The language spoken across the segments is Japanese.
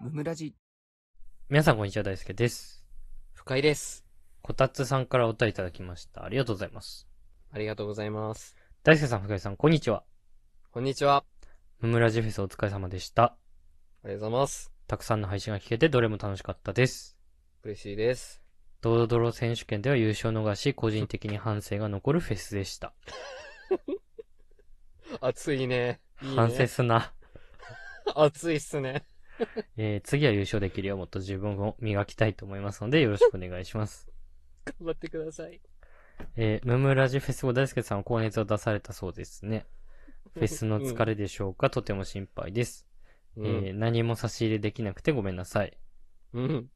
ムムラジ皆さんこんにちは、大輔です。深井です。こたつさんからお便りいただきました。ありがとうございます。ありがとうございます。大輔さん、深井さん、こんにちは。こんにちは。ムムラジフェスお疲れ様でした。ありがとうございます。たくさんの配信が聞けて、どれも楽しかったです。嬉しいです。ドロドロ選手権では優勝を逃し、個人的に反省が残るフェスでした。暑いね。 いいね反省すな。 暑いっすね。えー、次は優勝できるようもっと自分を磨きたいと思いますので、よろしくお願いします。頑張ってください。えー、ムムラジフェス後、大輔さんは高熱を出されたそうです ね。フェスの疲れでしょうか、とても心配です。うん。えー何も差し入れできなくてごめんなさい。うん。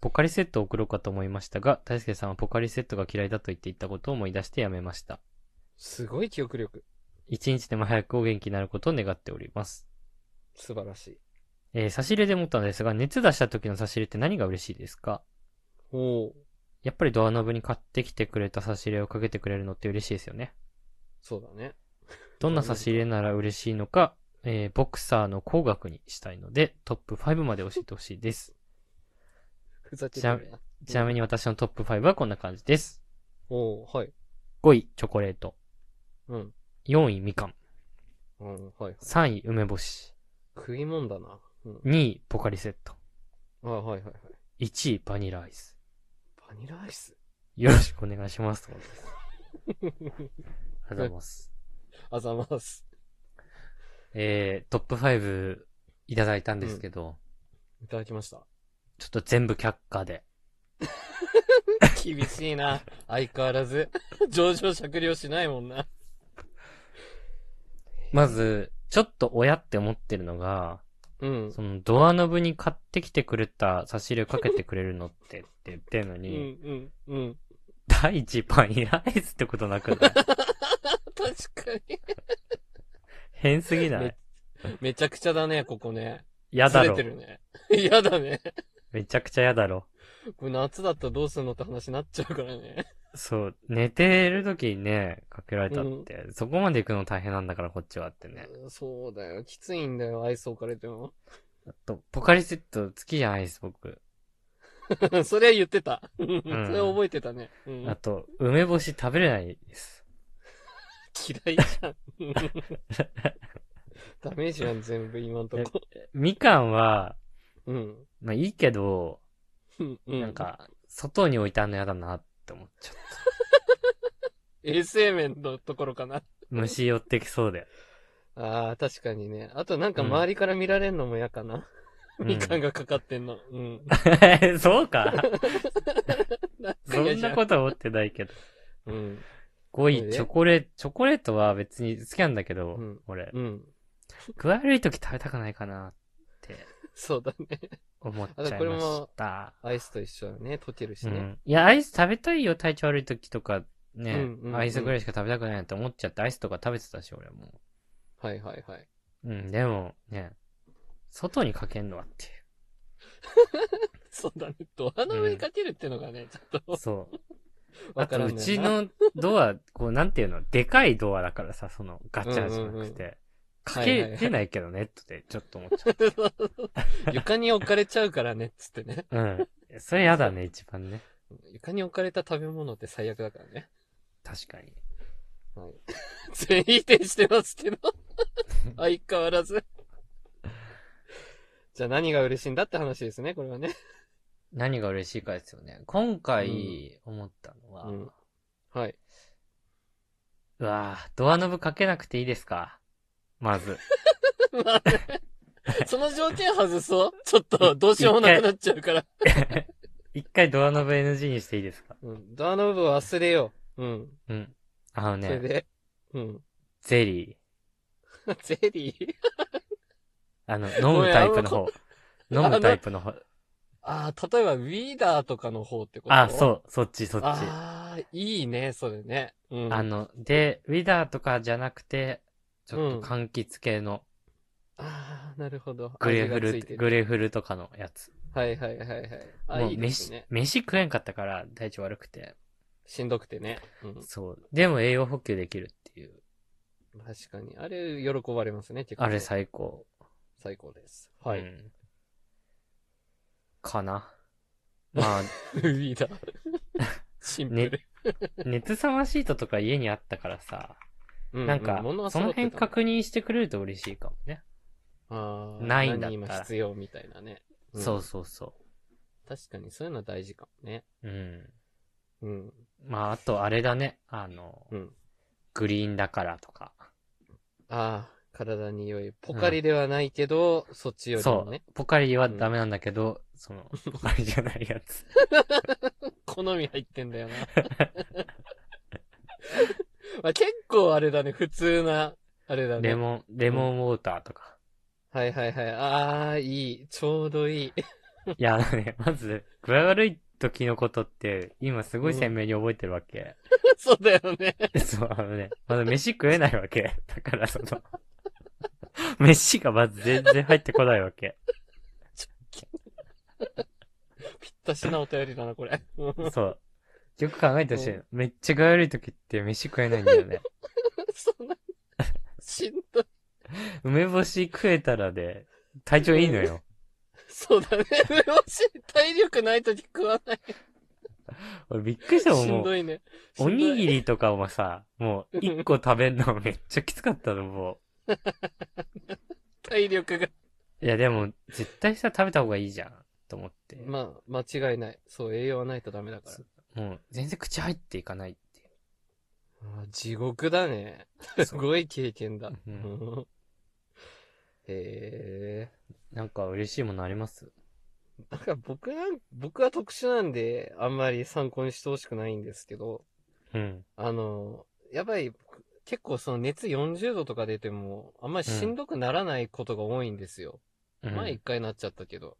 ポカリセットを送ろうかと思いましたが、大輔さんはポカリセットが嫌いだと言っていたことを思い出してやめました。すごい記憶力。一日でも早くお元気になることを願っております。素晴らしい。えー差し入れで思ったのですが、熱出した時の差し入れって何が嬉しいですかおー。やっぱりドアノブに買ってきてくれた差し入れをかけてくれるのって嬉しいですよね。そうだね。どんな差し入れなら嬉しいのか、えーボクサーの工学にしたいので、トップ5まで教えてほしいです。ふざけてるな。ちなみに私のトップ5はこんな感じです。おー、はい。 5位、チョコレート。うん。 4位、みかん。うん、はい。 3位、梅干し。食いもんだな。うん。 2位、ポカリセット。あ、はいはいはい。 1位、バニラアイス。バニラアイス。よろしくお願いします。ありがとうございます。あざます。えー、トップ5いただいたんですけど、いただきま した。ちょっと全部却下で。厳しいな。相変わらず。上場酌量しないもんな。まず、ちょっと親って思ってるのが、うん。そのドアノブに買ってきてくれた差し入れをかけてくれるのってって言ってるのうに、ん、うん、うん。第一バニラアイスってことなくない 確かに。変すぎなめいめちゃくちゃだね、ここね。やだろず。れてるね。嫌だね。めちゃくちゃやだろ。これ夏だったらどうするのって話になっちゃうからね。そう、寝てる時にね、かけられたって、そこまで行くの大変なんだからこっちはってね。そうだよ。きついんだよ、アイス置かれても。あと、ポカリセット好きじゃないです、僕。 それは言ってた。それ覚えてたね。うん、あと、梅干し食べれないです。嫌いじ ゃん。ダメージやん、全部、今んとこ。みかんは、うん。まあいいけど、うん。なん。か、外に置いてあんのやだなって思っちゃった。衛生面のところかな。虫寄ってきそうで。 ああ、確かにね。あとなんか周りから見られんのも嫌かな。うんみかんがかかってんの。うん。そう かなんかそ嫌んじゃなことは思ってないけど。うん。 5位、えチョコレート、チョコレートは別に好きなんだけど、うん俺、うん。 具合悪い時食べたくないかなってそうだね。思っちゃあでいこれましもた。アイスと一緒だね。溶けるしうね。ん、いや、アイス食べたいよ、体調悪い時とかね、うんうんうんアイスぐらいしか食べたくないなって思っちゃって、アイスとか食べてたし、俺も。はいはいはい。うん、でもね、外にかけんのはっていそうだね。ドアの上にかけるってのがね、ちょっう。 と、そう。あわかと、らんうねんなち、のドア、こう、なんていうの、でかいドアだからさ、その、ガチャじゃなくて、うんうんかはいはいはけいてないけどね、ってちょっと思っちゃっ 床に置かれちゃうからね、つってね。た。 うん。それやだね、一番ね。床に置かれた食べ物って最悪だからね。確かに。はい。 全員否定してま すけど。相変わらず。じゃあ何が嬉しいんだって話ですね、これはね。何が嬉しいかですよね。今回、思ったのは、ううん はい。わぁ、ドアノブかけなくていいですかまず。まあね その条件外そうちょっと、どうしようもなくなっちゃうから。一回ドアノブ NG にしていいですかうん。ドアノブ忘れよう。うん。うん。あのそれね、で。うん。 ゼリゼリー ー。あの、飲むタイプの方。 飲んあんまむタイプの方。ああ、例えば、ウィーダーとかの方ってことあ、そう、そっち、そっち。あああ、いいね、それね。うん。あの、で、ウィダーとかじゃなくて、ちょっと柑橘系のあー、なるほど。グレフ味がついてル、るグレフルとかのやつ。はいはいはいはい。あ、もいういで飯すね。飯食えんかったから体調悪くて。しんどくてね。うん。そう。でも栄養補給できるっていう。確かに。あれ、喜ばれますね、結構。あれ最高。 最高です。はうい。んかな。まあ、 海だ。シンプル。熱さまシートとか家にあったからさ、ううなんか、物はそ揃のってた辺確認してくれると嬉しいかもね。あーないんだったら何今必要みたいなね。んそうそうそ確かにそういうのは大事かもね。う。うん。うん。まあ、あとあれだね。あの、うん。グリーンだからとか。ああ、体に良い。ポカリではないけど、そっちよりそもね。う。ポカリはダメなんだけど、その、ポカリじゃないやつ。好み入ってんだよ な。まあ、結構あれだね、普通な、 あれだね。レモン、レモンウォーターと か。はいはいはい。ああ、いい。ちょうどいい。い や、あのね、まず、具合悪い時のことって、今すごい鮮明に覚えてるわ け。そうだよね。そう、あのね、まだ飯食えないわけ。だから、その、飯がまず全然入ってこないわけ。ぴったしなお便りだな、これ。 うんそう。よく考えてほしいの。めっちゃ具合悪い時って飯食えないんだよ ね。そんな、しんどい。梅干し食えたらで、体調いいの よ。そうだね。梅干し、体力ないとき食わない。俺びっくりしたもん、しもんうどいね。おにぎり。りとかもさ、もう一個食べんのめっちゃきつかったの、も体力が。う。いや、でも、絶対さ、食べた方がいいじゃん、と思って。まあ、間違いない。そう、栄養はないとダメだからそ。もう、全然口入っていかないっていあー地獄だね。う。 すごい経験だ。ううんんへえ。なんか嬉しいものありますなんか僕なん、僕は特殊なんで、あんまり参考にしてほしくないんですけど、うん。あの、やばい、結構その熱40度とか出ても、あんまりしんどくならないことが多いんですよ。うんまあ一回なっちゃったけど、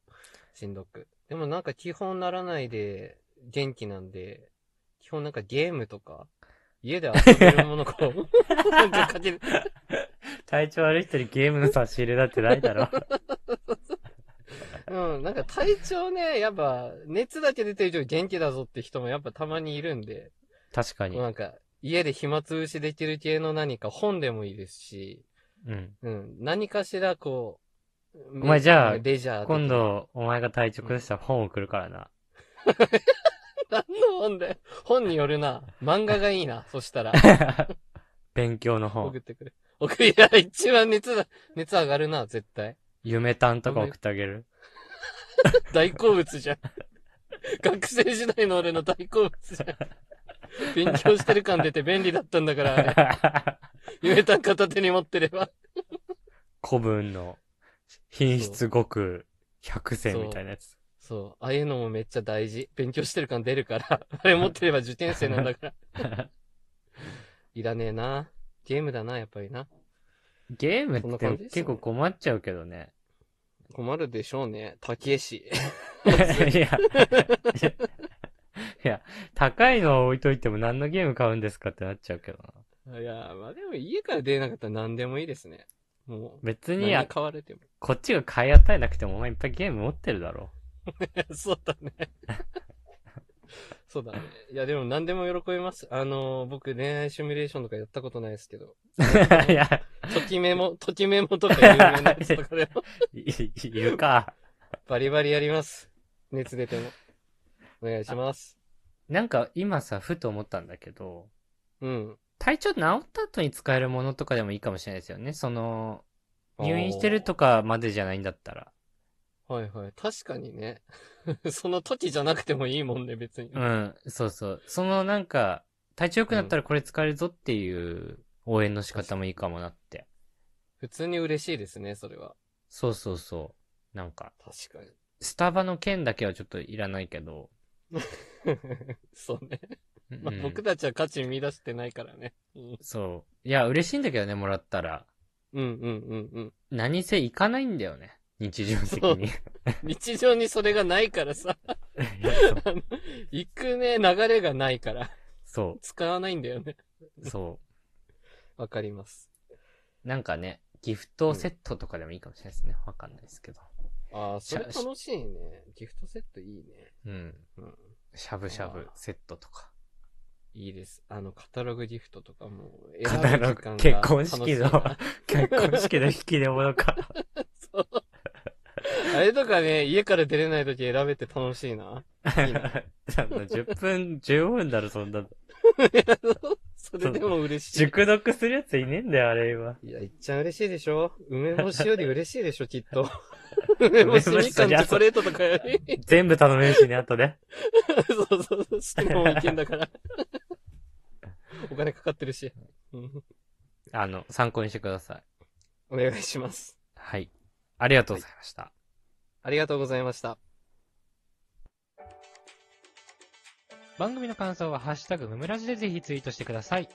しんどく。でもなんか基本ならないで、元気なんで、基本なんかゲームとか、家で遊べるものこ う、なんかかける、体調悪い人にゲームの差し入れだってないだ ろ。うん、なんか体調ね、やっぱ、熱だけ出てる以上元気だぞって人もやっぱたまにいるんで、確かに。なんか、家で暇つぶしできる系の何か本でもいいですし、うん。うん、何かしらこう、お前じゃあレジャー的な今。度、お前が体調崩したら本送るからな。何の本だよ。本によるな。漫画がいい な、そしたら。勉強の送本。ってくれ。送り、いや、一番熱だ、熱上がるな、絶対。夢単とか送ってあげる。大好物じゃん。 学生時代の俺の大好物じゃん。勉強してる感出て便利だったんだから、あれ夢た片手に持ってれば。古文の品質極100選みたいなやつ。そう。ああいうのもめっちゃ大事。勉強してる感出るから。 あれ持ってれば受験生なんだから。 いらねえな。ゲームだな、やっぱりな。ゲームそんっなて感じです結よね構困っちゃうけどね。困るでしょうね。竹市。 いや、いや、高いのは置いといても何のゲーム買うんですかってなっちゃうけどな。 いや、まあでも家から出れなかったら何でもいいですね。もう。別何ににや、買われても。こっちが買い与えなくてもお前いっぱいゲーム持ってるだ ろ。 そうだね。 そうだね。いや、でも何でも喜びます。あのー僕恋愛シミュレーションとかやったことないですけど。いや、ときメモ、ときメモとか有 名なやつとかでもい、いるか。バリバリやります。熱出ても。お願いします。なんか今さ、ふと思ったんだけど、うん。体調治った後に使えるものとかでもいいかもしれないですよね。その、入院してるとかまでじゃないんだったら。あー。はいはい。確かにね。 その時じゃなくてもいいもんね、別に。うん、そうそう。そのなんか、体調良くなったらこれ使えるぞっていう応援の仕方もいいかもなって。普通に嬉しいですね、それは。そうそうそう。なんか、確かに。スタバの件だけはちょっといらないけど。 そうね。まあうん僕たちは価値見出してないからね。うんそう。いや、嬉しいんだけどね、もらったら。うんうんうんうん。何せ行かないんだよね。日常的に。日常にそれがないからさ。 いやそうあの行くね、流れがないから。 そ使わないんだよね。う、そわかります。う。なんかね、ギフトセットとかでもいいかもしれないですね。わかんないですけど。ああ、それしゃ楽しいね。ギフトセットいいね。うん。うん。しゃぶしゃぶセットとか。いいです。あの、カタログギフトとかもうカタログ選ぶ時間結が婚式の楽しいな結婚式の引き出物か。そうあれれとかね、家から出れない時選べて楽しいな。いいなそんな10分、15分だろ、そんな。それでも嬉しい。熟読するやついねえんだよ、あれは。いや、いっちゃん嬉しいでしょ梅干しより嬉しいでしょ、きっ と。梅干し、みかん、チョコレートとかより。全部頼めるしね、あとね。そうそうそう、してもいけんだから。お金かかってるし。うんあの、参考にしてください。お願いします。はい。ありがとうございました。ありがとうございました。番組の感想はハッシュタグムムラジでぜひツイートしてください。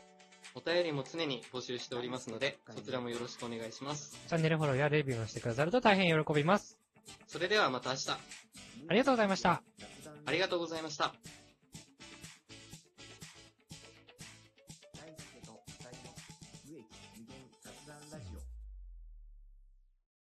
お便りも常に募集しておりますので、そちらもよろしくお願いします。チャンネルフォローやレビューもしてくださると大変喜びます。それではまた明日、ありがとうございました。ありがとうございました。